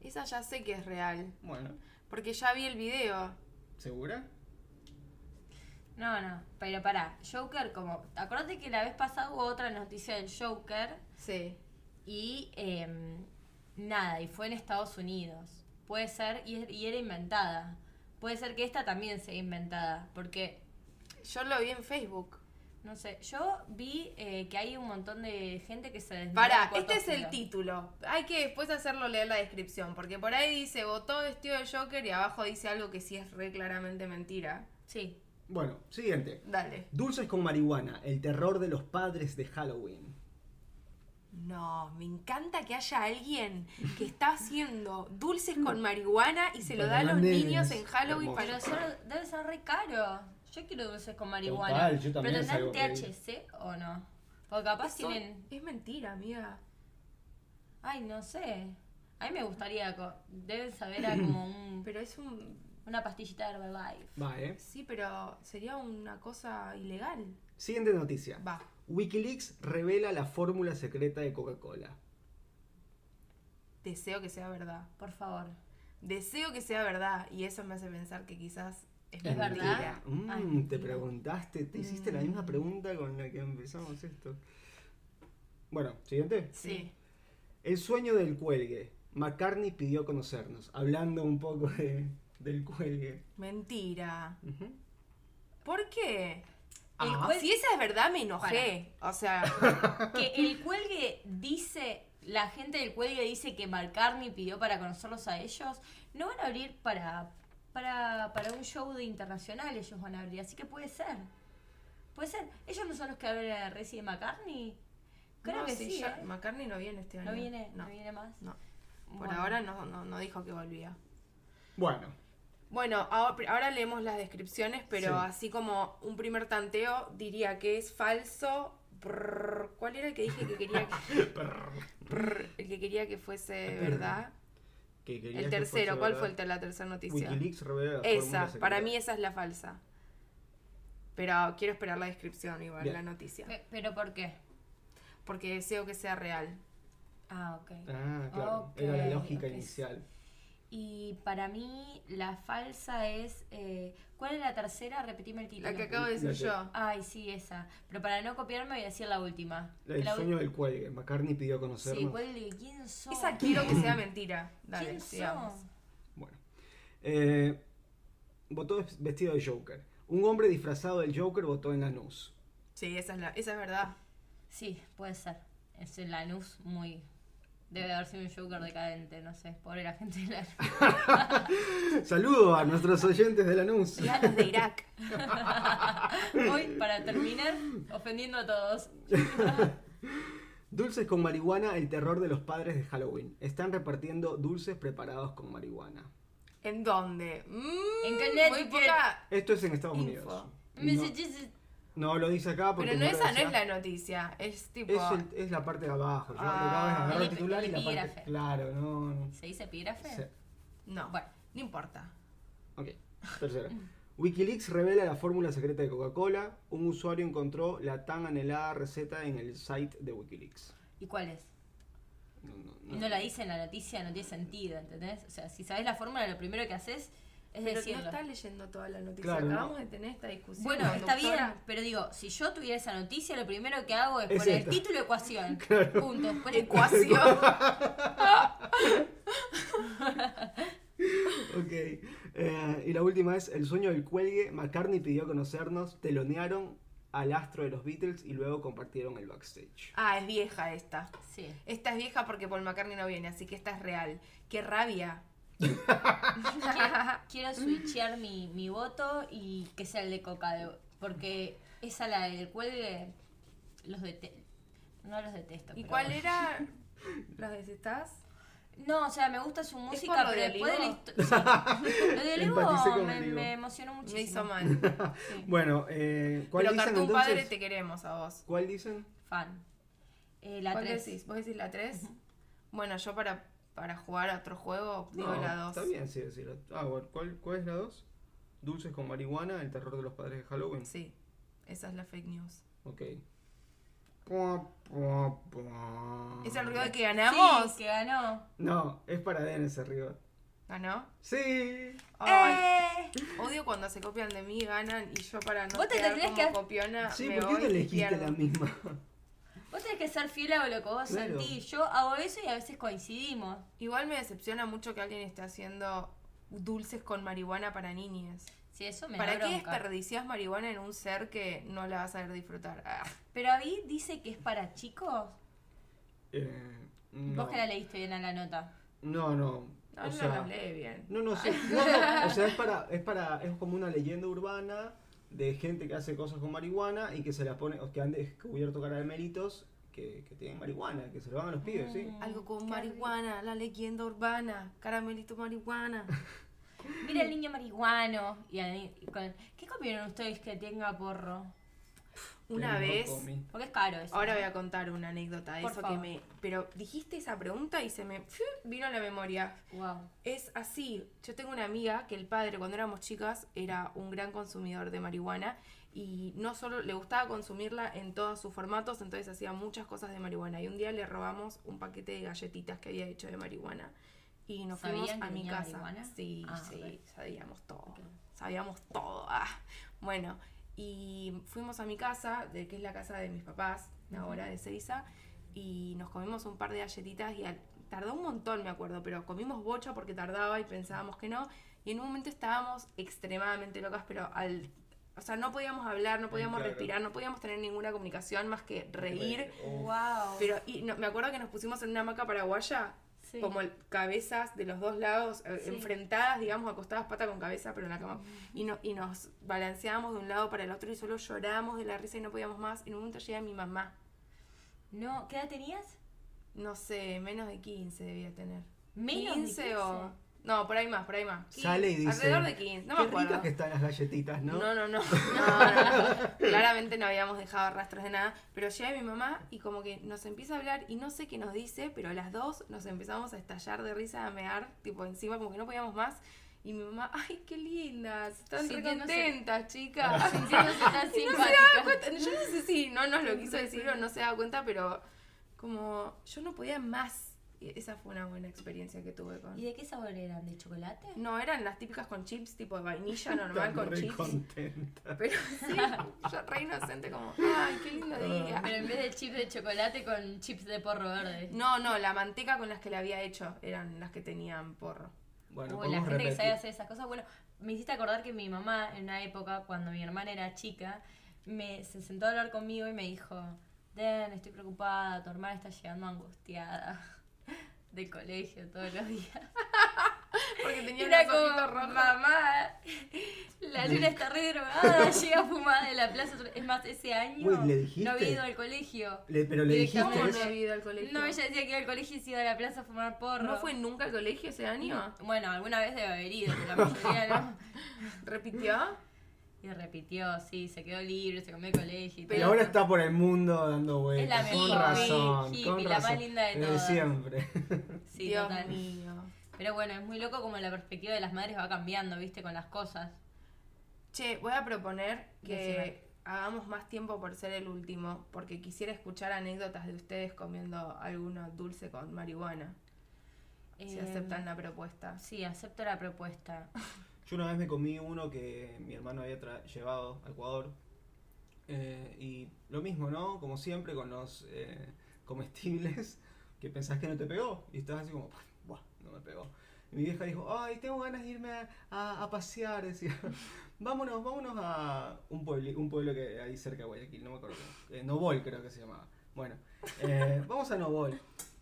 Esa ya sé que es real.
Bueno,
Porque ya vi el video.
¿segura?
No, no, pero pará. Joker, como. Acordate que la vez pasada hubo otra noticia del Joker
Sí.
y. em, nada, y fue en Estados Unidos. Puede ser, y, es- y era inventada. Puede ser que esta también sea inventada, porque.
Yo lo vi en Facebook.
No sé, yo vi eh, que hay un montón de gente que se desnuda. en
Para,
cuarto
este es el
oscuro.
título. Hay que después hacerlo leer la descripción, porque por ahí dice votó vestido de Joker y abajo dice algo que sí es re claramente mentira.
Sí.
Bueno, siguiente.
Dale.
Dulces con marihuana, el terror de los padres de Halloween.
No, me encanta que haya alguien que está haciendo dulces con marihuana y se lo da a los
Para nenes.
niños en Halloween para
Pero eso debe ser re caro. Yo quiero dulces con marihuana.
Total, yo también es
¿Pero
algo
tendrán
que-
THC o no? Porque capaz
Eso
tienen.
Es mentira, amiga.
Ay, no sé. A mí me gustaría. co- Deben saber a como un.
Pero es un
Una pastillita de Herbalife.
Va, ¿eh?
Sí, pero sería una cosa ilegal.
Siguiente noticia.
Va.
Wikileaks revela la fórmula secreta de Coca-Cola.
Deseo que sea verdad.
Por favor.
Deseo que sea verdad. Y eso me hace pensar que quizás es,
¿Es
mentira.
verdad?
Mm,
Ay,
te
no.
preguntaste, te hiciste la
Mm.
misma pregunta con la que empezamos esto. Bueno, siguiente.
Sí.
El sueño del cuelgue. McCartney pidió conocernos, hablando un poco de- del cuelgue.
Mentira.
Ujú.
¿Por qué?
El
Ah.
cuelgue-
Si esa es verdad, me enojé. O sea,
Que el cuelgue dice, la gente del cuelgue dice que McCartney pidió para conocerlos a ellos. No van a abrir para, para, para un show de internacional, ellos van a abrir, así que puede ser. Puede ser. ¿Ellos no son los que abren a Resi y McCartney? Creo
no,
que
sí,
sí.
ya-
¿eh?
McCartney no viene este año.
No viene, no,
No,
viene más.
no. Por
Bueno.
ahora no, no, no dijo que volvía.
Bueno,
Bueno, ahora, ahora leemos las descripciones, pero
Sí.
así como un primer tanteo diría que es falso. Brrr, ¿Cuál era el que dije que quería que, Brrr, el que quería que fuese verdad?
que quería
El
que
tercero,
fuese
¿cuál
verdad.
fue el ter- la tercera noticia?
Wikileaks revela la fórmula
Esa,
secreta.
para mí esa es la falsa. Pero quiero esperar la descripción igual,
Bien.
la noticia.
Pe- ¿Pero por qué?
Porque deseo que sea real.
Ah, ok.
Ah, claro,
Ok,
era la lógica
ok.
inicial.
Y para mí la falsa es... eh, ¿Cuál es la tercera? Repetime el título.
La que acabo de
la
decir
que-
yo.
Ay, sí, esa. Pero para no copiarme voy a decir la última.
El
La ul-
sueño del cuelgue. McCartney pidió
Sí,
conocernos.
cuelgue, ¿quién son?
Esa quiero que sea mentira. Dale,
¿Quién
sigamos.
son?
Bueno. Eh, votó ves- vestido de Joker. Un hombre disfrazado del Joker votó en Lanús.
Sí, esa es, la, esa es verdad.
Sí, puede ser. Es el Lanús muy... Debe de haber sido un Joker decadente, no sé. Pobre la gente de Lanús.
Saludo a nuestros oyentes de Lanús.
Ya los de Irak.
Hoy, para terminar, ofendiendo a todos.
Dulces con marihuana, el terror de los padres de Halloween. Están repartiendo dulces preparados con marihuana.
¿En dónde? Mm,
En
muy
Connecticut.
poca-
Esto es en Estados
Info.
Unidos. No,
Massachusetts.
no, lo dice acá Ah, porque
Pero no,
lo
esa no
decía.
es la noticia. Es tipo.
Es, el- es la parte de abajo. Yo
Ah,
acabo de agarrar el
el
titular y la parte.
epígrafe.
Claro, no. no.
¿Se dice epígrafe?
Sí.
No,
Bueno.
no importa.
Ok, tercera. Wikileaks revela la fórmula secreta de Coca-Cola. Un usuario encontró la tan anhelada receta en el site de Wikileaks.
¿Y cuál es?
No, no,
Y
no.
no la dice en la noticia, no tiene sentido, ¿entendés? O sea, si sabes la fórmula, lo primero que haces es
Pero
decirlo.
no está leyendo toda la noticia.
Claro,
Acabamos
no.
de tener esta discusión.
Bueno, está bien,
conductora.
pero digo, si yo tuviera esa noticia, lo primero que hago es,
Es
poner
esta.
el título ecuación. Punto. Después
Ecuación.
Ok. Eh, y la última es El sueño del cuelgue. McCartney pidió conocernos. Telonearon al astro de los Beatles y luego compartieron el backstage.
Ah, es vieja esta.
Sí.
Esta es vieja porque Paul McCartney no viene, así que esta es real. Qué rabia.
Quiero switchear mi, mi voto y que sea el de Coca. de- Porque esa la del cuelgue, los dete- No los detesto.
¿Y
pero
cuál
bueno.
era? ¿Las desestás?
No, o sea, me gusta su
por
música,
lo
pero
de
después de la
Olivo?
historia. Lo de
Empaticé
Olivo
con
me,
Olivo.
me emocionó muchísimo.
Me hizo mal.
Sí.
Bueno, eh, ¿cuál
Pero
dicen
Cartoon
entonces?
Padre te queremos a vos.
¿Cuál dicen?
Fan. Eh, la
¿Cuál
3.
decís? ¿Vos decís la 3? Bueno, yo para, para jugar a otro juego digo
No,
la 2.
Está bien, sí, sí. la- Ah, bueno, ¿cuál, ¿cuál es la 2? Dulces con marihuana, el terror de los padres de Halloween.
Sí, esa es la fake news.
Ok. Pua, pua, pua.
¿Es el ruido de que ganamos?
Ah. Sí, que ganó.
No, es para Den ese arriba.
¿Ganó?
Sí.
Ay,
¡Eh!
odio cuando se copian de mí, ganan y yo para no
Vos te
quedar
tendrías
como
que-
copiona
Sí,
Ah, me
¿por qué
voy
no
y
elegiste
pierdo.
la misma?
Vos tenés que ser fiel a lo que vos
Claro.
sentís. Yo hago eso y a veces coincidimos.
Igual me decepciona mucho que alguien esté haciendo dulces con marihuana para niñes.
Sí, eso me
¿Para
da
qué
bronca.
desperdicias marihuana en un ser que no la vas a ver disfrutar? Ah.
Pero Avi dice que es para chicos.
Eh, no.
Vos que la leíste bien a la nota.
no, no.
No,
o
no
sea,
las lee bien.
no, no, sí. No, no, O sea, es para, es para, es como una leyenda urbana de gente que hace cosas con marihuana y que se las pone, o que han descubierto caramelitos que, que tienen marihuana, que se lo dan a los pibes, ¿sí?
Algo con
Qué
marihuana, la leyenda urbana, caramelito marihuana.
Mira el niño marihuano. Y ahí- y con- ¿Qué comieron ustedes que tenga porro?
Una
que no
vez.
comí.
Porque es caro eso.
Ahora voy a contar una anécdota de
Por
eso
favor.
que me. Pero dijiste esa pregunta y se me ¡fiu! vino a la memoria.
Wow.
Es así. Yo tengo una amiga que el padre, cuando éramos chicas, era un gran consumidor de marihuana y no solo le gustaba consumirla en todos sus formatos, entonces hacía muchas cosas de marihuana. Y un día le robamos un paquete de galletitas que había hecho de marihuana y nos
¿Sabían
fuimos
que
a mi
tenía
casa.
marihuana?
Sí,
Ah,
sí,
ok.
sabíamos todo.
Ok.
Sabíamos todo. ah. Bueno, y fuimos a mi casa, de que es la casa de mis papás, ahora
Ujú.
de Ceiza, y nos comimos un par de galletitas y al- tardó un montón, me acuerdo, pero comimos bocha porque tardaba y pensábamos que no. Y en un momento estábamos extremadamente locas, pero al... O sea, no podíamos hablar, no podíamos
claro.
respirar, no podíamos tener ninguna comunicación más que reír.
Oh,
Wow.
Pero y no- me acuerdo que nos pusimos en una hamaca paraguaya
Sí.
como el- cabezas de los dos lados, eh,
Sí.
enfrentadas, digamos, acostadas pata con cabeza, pero en la cama. Y, no, y nos balanceábamos de un lado para el otro y solo llorábamos de la risa y no podíamos más. En un momento llega mi mamá,
No, ¿qué edad tenías?
no sé, menos de 15 debía tener.
Menos
15,
de 15.
o... No, por ahí más, por ahí más.
Sale y dice.
Alrededor de 15, no me
qué
acuerdo.
ricas que están las galletitas, ¿no?
No, no, no. no, no. Claramente no habíamos dejado rastros de nada. Pero llega mi mamá y como que nos empieza a hablar y no sé qué nos dice, pero las dos nos empezamos a estallar de risa, a mear, tipo encima, como que no podíamos más. Y mi mamá, ay, qué lindas, están re
Sintiéndose-
contentas,
Ah,
chicas.
sí, sí, no soy tan
Y no se daba
simpática.
cuenta, yo no sé si no nos lo quiso decir o no se daba cuenta, pero como yo no podía más. Y esa fue una buena experiencia que tuve con...
¿Y de qué sabor eran? ¿De chocolate?
No, eran las típicas con chips, tipo de vainilla normal
Están
con
re
chips.
contentas.
Pero sí, yo re inocente, como, ay, qué lindo día.
Pero en vez de chips de chocolate con chips de porro verde.
No, no, la manteca con las que la había hecho eran las que tenían porro.
Bueno,
Uy, la
podemos
gente que sabe
repetir.
hacer esas cosas. Bueno, me hiciste acordar que mi mamá, en una época, cuando mi hermana era chica, me, se sentó a hablar conmigo y me dijo, Den, estoy preocupada, tu hermana está llegando angustiada del colegio todos los días.
Porque tenía
Era
una
como,
como roja.
mamá, la luna está re drogada, llega fumada de la plaza. Es más, ese año
Uy, ¿le
no
dijiste?
había ido al colegio.
Le- pero le dijiste
¿Cómo no
eso.
había ido al colegio?
No, ella decía que iba al colegio y se iba a la plaza a fumar porro.
¿No fue nunca al colegio ese año.
Bueno, alguna vez debe haber ido, pero la mayoría no.
¿Repitió?
Y repitió, sí, se quedó libre, se comió el colegio y
Y
todo.
Pero-
ahora está por el mundo dando
Es la
vueltas. con
mejor,
razón,
hippie,
con
la más
razón.
linda de
Desde
todas.
siempre.
Sí,
Dios
total.
mío.
Pero bueno, es muy loco como la perspectiva de las madres va cambiando, viste, con las cosas.
Che, voy a proponer que
Decime.
hagamos más tiempo por ser el último, porque quisiera escuchar anécdotas de ustedes comiendo alguno dulce con marihuana, si
Eh,
aceptan la propuesta.
Sí, acepto la propuesta.
Yo una vez me comí uno que mi hermano había tra- llevado a Ecuador. Eh, y lo mismo, ¿no? Como siempre, con los eh, comestibles, que pensás que no te pegó. Y estás así como, Buah, no me pegó. Y mi vieja dijo, ay, tengo ganas de irme a, a- a pasear. Decía, vámonos, vámonos a un pueblo, un pueblo que hay cerca de Guayaquil, no me acuerdo. Eh, Novol creo que se llamaba. Bueno, eh, vamos a Novol.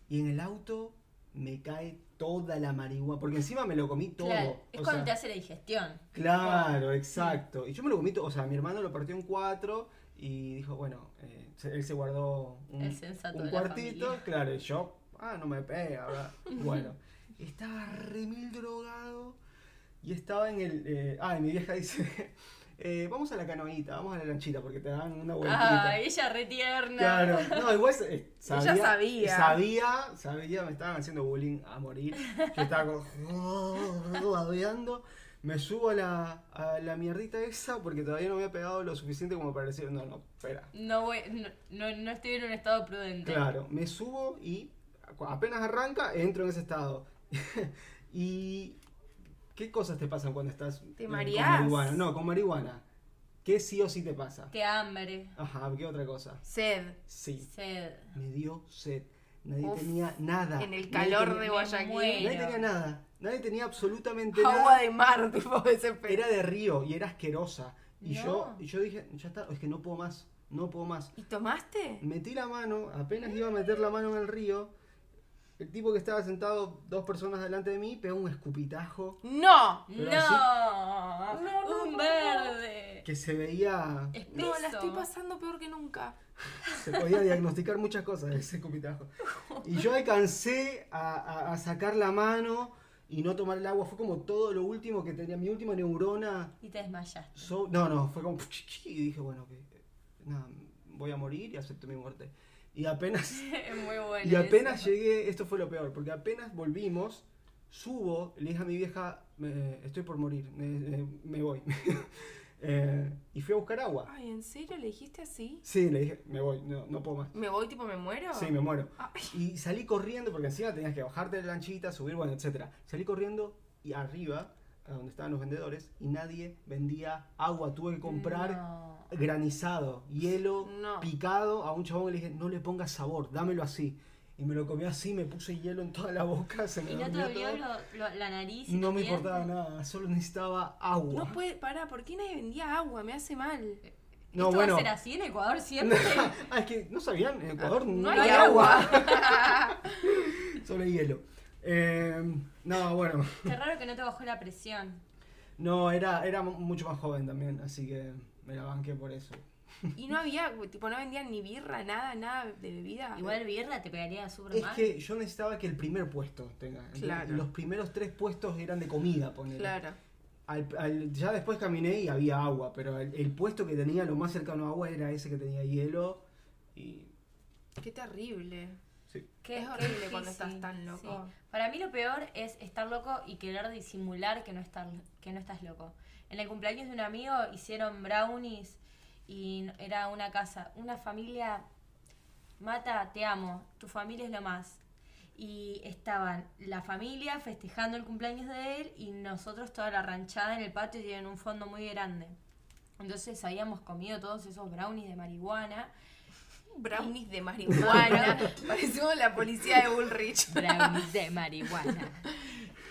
Y en el auto me cae toda la marihuana, porque encima me lo comí todo.
Claro, es
o
cuando
sea,
te hace la digestión.
Claro, exacto. Y yo me lo comí, to- o sea, mi hermano lo partió en cuatro y dijo, bueno, eh, se- él se guardó un,
El sensato
un
de la
cuartito,
familia.
claro, y yo, ah, no me pega, ¿verdad? Bueno, estaba re mil drogado y estaba en el, eh, ah, y mi vieja dice, eh, vamos a la canoita, vamos a la lanchita porque te dan una vueltita.
Ah, ella retierna.
Claro, no, igual se- eh, sabía,
sabía.
sabía, sabía, me estaban haciendo bullying a morir. Yo estaba como babeando. Me subo a la, a la mierdita esa porque todavía no había pegado lo suficiente como para decir, no, no, espera.
No, voy, no, no, no estoy en un estado prudente.
Claro, me subo y cu- apenas arranca, entro en ese estado. y ¿qué cosas te pasan cuando estás
Te
eh,
mareás.
con marihuana? No, con marihuana. ¿Qué sí o sí te pasa?
Te hambre,
Ajá, ¿qué otra cosa?
Sed.
Sí.
sed.
Me dio sed. Nadie
Uf,
tenía nada.
En el
Nadie
calor de
tenía-
Guayaquil.
muero.
Nadie tenía nada. Nadie tenía absolutamente
Agua
nada.
de mar, tipo
Era
desesperada.
de río y era asquerosa. Y,
No.
yo, y yo dije, ya está, es que no puedo más. No puedo más.
¿Y tomaste?
Metí la mano, apenas iba a meter la mano en el río. El tipo que estaba sentado, dos personas delante de mí, pegó un escupitajo
¡No!
Pero
no,
no, no,
un
no.
verde.
que se veía.
Espeso.
No, la estoy pasando peor que nunca.
Se podía diagnosticar muchas cosas de ese escupitajo. Y yo alcancé a, a- a sacar la mano y no tomar el agua. Fue como todo lo último que tenía. Mi última neurona.
Y te desmayaste.
so- no, no, fue como. Y dije, bueno, que. eh, Nada, voy a morir y acepto mi muerte. Y apenas
Es muy bueno.
y apenas
eso.
llegué, esto fue lo peor, porque apenas volvimos, subo, le dije a mi vieja, "Me- estoy por morir, me, me- me voy. Eh, y fui a buscar agua.
Ay, ¿en serio le dijiste así?
Sí, le dije, me voy, no, no puedo más.
¿Me voy tipo me muero? Ah,
Sí, me muero.
Ay.
Y salí corriendo, porque encima tenías que bajarte de la lanchita, subir, bueno, etc. Salí corriendo y arriba, a donde estaban los vendedores, y nadie vendía agua. Tuve que comprar
No.
granizado, hielo,
No.
picado. A un chabón le dije, no le pongas sabor, dámelo así. Y me lo comí así, me puse hielo en toda la boca, se me
Y no te
durmió
dolió
todo.
lo- lo- la nariz. y
No
los
me importaba
dientes?
nada, solo necesitaba agua.
No
pues,
puede, pará, ¿por qué nadie vendía agua? Me hace mal.
No,
¿Esto
bueno.
va a ser así en Ecuador siempre?
ah, es que no sabían, en Ecuador
Ah, no
no
hay
hay
agua.
agua. solo hielo. Eh, no, bueno.
Qué raro que no te bajó la presión.
No, era, era mu- mucho más joven también, así que me la banqué por eso.
Y no había, tipo, no vendían ni birra, nada, nada de bebida.
Igual birra te pegaría súper
Es
mal.
que yo necesitaba que el primer puesto tenga. ¿entendés?
Claro.
Los primeros tres puestos eran de comida, poner.
Claro.
ya después caminé y había agua, pero el, el puesto que tenía lo más cercano a agua era ese que tenía hielo. Y.
Qué terrible.
Sí.
Qué-
Es
qué
horrible
difícil.
cuando estás tan loco.
Sí. Para mí lo peor es estar loco y querer disimular que no, estar, que no estás loco. En el cumpleaños de un amigo hicieron brownies y n- era una casa, una familia, Mata, te amo, tu familia es lo más. Y estaban la familia festejando el cumpleaños de él y nosotros toda la ranchada en el patio y en un fondo muy grande. Entonces habíamos comido todos esos brownies de marihuana
Brownies de marihuana. Parecemos la policía de Bullrich.
brownies de marihuana.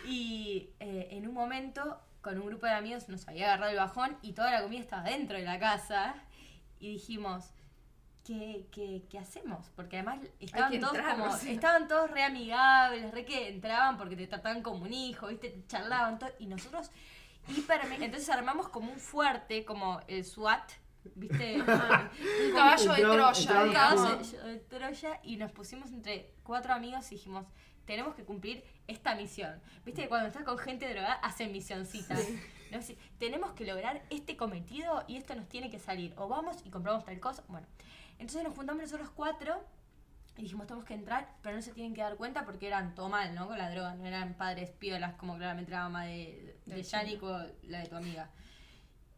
Y eh, en un momento, con un grupo de amigos, nos había agarrado el bajón y toda la comida estaba dentro de la casa. Y dijimos, ¿qué, qué, qué hacemos? Porque además estaban
que
todos
entrar,
como,
o sea.
estaban todos re amigables, re que entraban porque te trataban como un hijo, ¿viste? Te charlaban todo. Y nosotros, hiper, entonces armamos como un fuerte, como el SWAT, ¿viste?
Un caballo de Troya,
Entraron- entraron
digamos.
Caballo de Troya y nos pusimos entre cuatro amigos y dijimos, tenemos que cumplir esta misión. Viste que cuando estás con gente drogada hacen misioncitas. ¿no? Así, tenemos que lograr este cometido y esto nos tiene que salir. O vamos y compramos tal cosa. Bueno, entonces nos juntamos nosotros cuatro y dijimos, tenemos que entrar, pero no se tienen que dar cuenta porque eran todo mal, ¿no? Con la droga, no eran padres piolas como claramente la mamá de, de
Del
Yannick o la de tu amiga.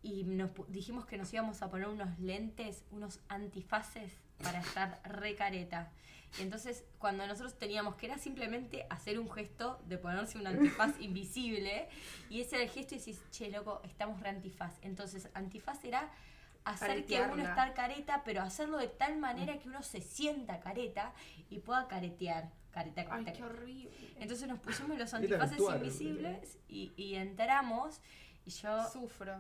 Y nos pu- dijimos que nos íbamos a poner unos lentes, unos antifaces para estar re careta. Y entonces, cuando nosotros teníamos que era simplemente hacer un gesto de ponerse un antifaz invisible, y ese era el gesto y decís, che, loco, estamos re antifaz. Entonces, antifaz era hacer que uno
Caretearla.
estar careta, pero hacerlo de tal manera que uno se sienta careta y pueda caretear. Careta,
Ay,
careta.
qué horrible.
Entonces nos pusimos los
Era
antifaces
actuar,
invisibles y, y entramos. Y yo,
Sufro.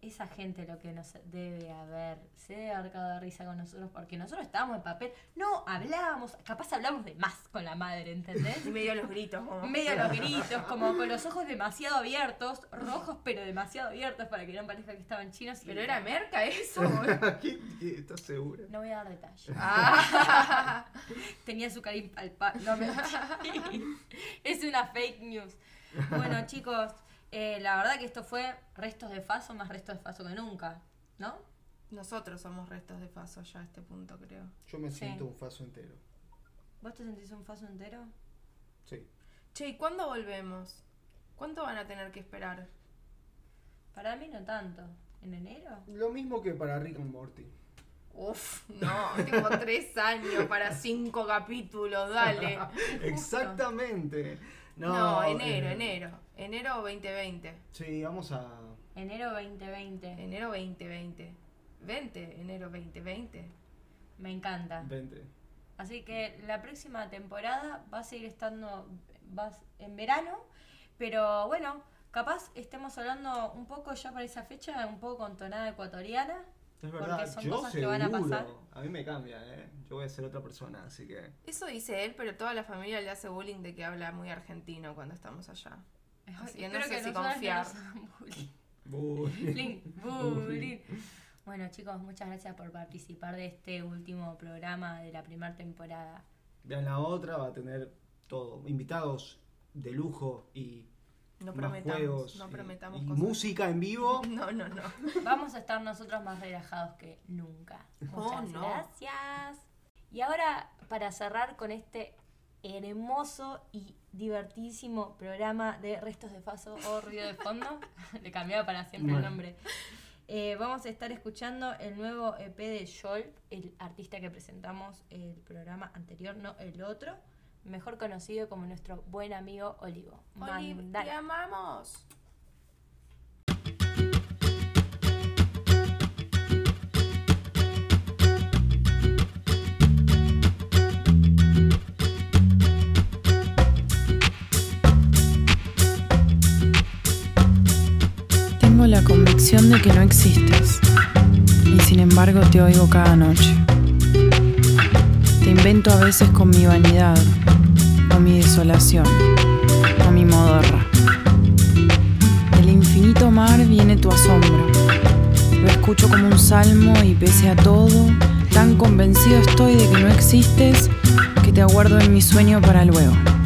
esa gente lo que nos debe haber, se debe haber cagado de risa con nosotros porque nosotros estábamos en papel, no hablábamos, capaz hablamos de más con la madre, ¿entendés?
Y medio los gritos. como-
Medio los gritos, como con los ojos demasiado abiertos, rojos pero demasiado abiertos para que no parezca que estaban chinos. y-
Pero era merca eso, boludo.
¿Qué- qué- ¿Estás segura?
No voy a dar detalles.
Ah.
Tenía su cara impalpable. No, mentira. es una fake news. Bueno, chicos, eh, la verdad que esto fue restos de faso más restos de faso que nunca, ¿no?
Nosotros somos restos de paso ya a este punto, creo.
Yo me
Sí.
siento un faso entero.
¿Vos te sentís un faso entero?
Sí.
Che, ¿y cuándo volvemos? ¿Cuánto van a tener que esperar?
Para mí no tanto. ¿En enero?
Lo mismo que para Rick and Morty.
Uf, no, tengo tres años para cinco capítulos, dale.
Exactamente. No,
No, enero,
eh,
enero. Enero 2020.
Sí, vamos a.
Enero 2020.
Enero 2020. 20, enero 2020.
Me encanta.
20.
Así que la próxima temporada va a seguir estando vas en verano, pero bueno, capaz estemos hablando un poco ya para esa fecha, un poco con tonada ecuatoriana.
Es
Porque
verdad,
son
yo
cosas que
seguro.
van a pasar.
A mí me cambia, ¿eh? Yo voy a ser otra persona, así que.
Eso dice él, pero toda la familia le hace bullying de que habla muy argentino cuando estamos allá. Así que no sé si
nosotras
confiar.
no nos hagan bullying.
Uy.
Bullying, bullying. Bueno chicos, muchas gracias por participar de este último programa de la primera temporada.
Ya en la otra va a tener todo. Invitados de lujo y
No
más
prometamos,
juegos
no
y-
prometamos
y
cosas.
música en vivo.
No, no, no.
Vamos a estar nosotros más relajados que nunca.
Oh,
Muchas
no.
gracias. Y ahora, para cerrar con este hermoso y divertidísimo programa de Restos de Faso o Ruido de Fondo, le cambiaba para siempre
Bueno.
el nombre. Eh, vamos a estar escuchando el nuevo EP de Joel, el artista que presentamos el programa anterior, no el otro, mejor conocido como nuestro buen amigo Olivo.
Oli,
Mandala.
te amamos.
Tengo la convicción de que no existes y sin embargo te oigo cada noche. Te invento a veces con mi vanidad o mi desolación o mi modorra. Del infinito mar viene tu asombro. Lo escucho como un salmo y pese a todo, tan convencido estoy de que no existes que te aguardo en mi sueño para luego.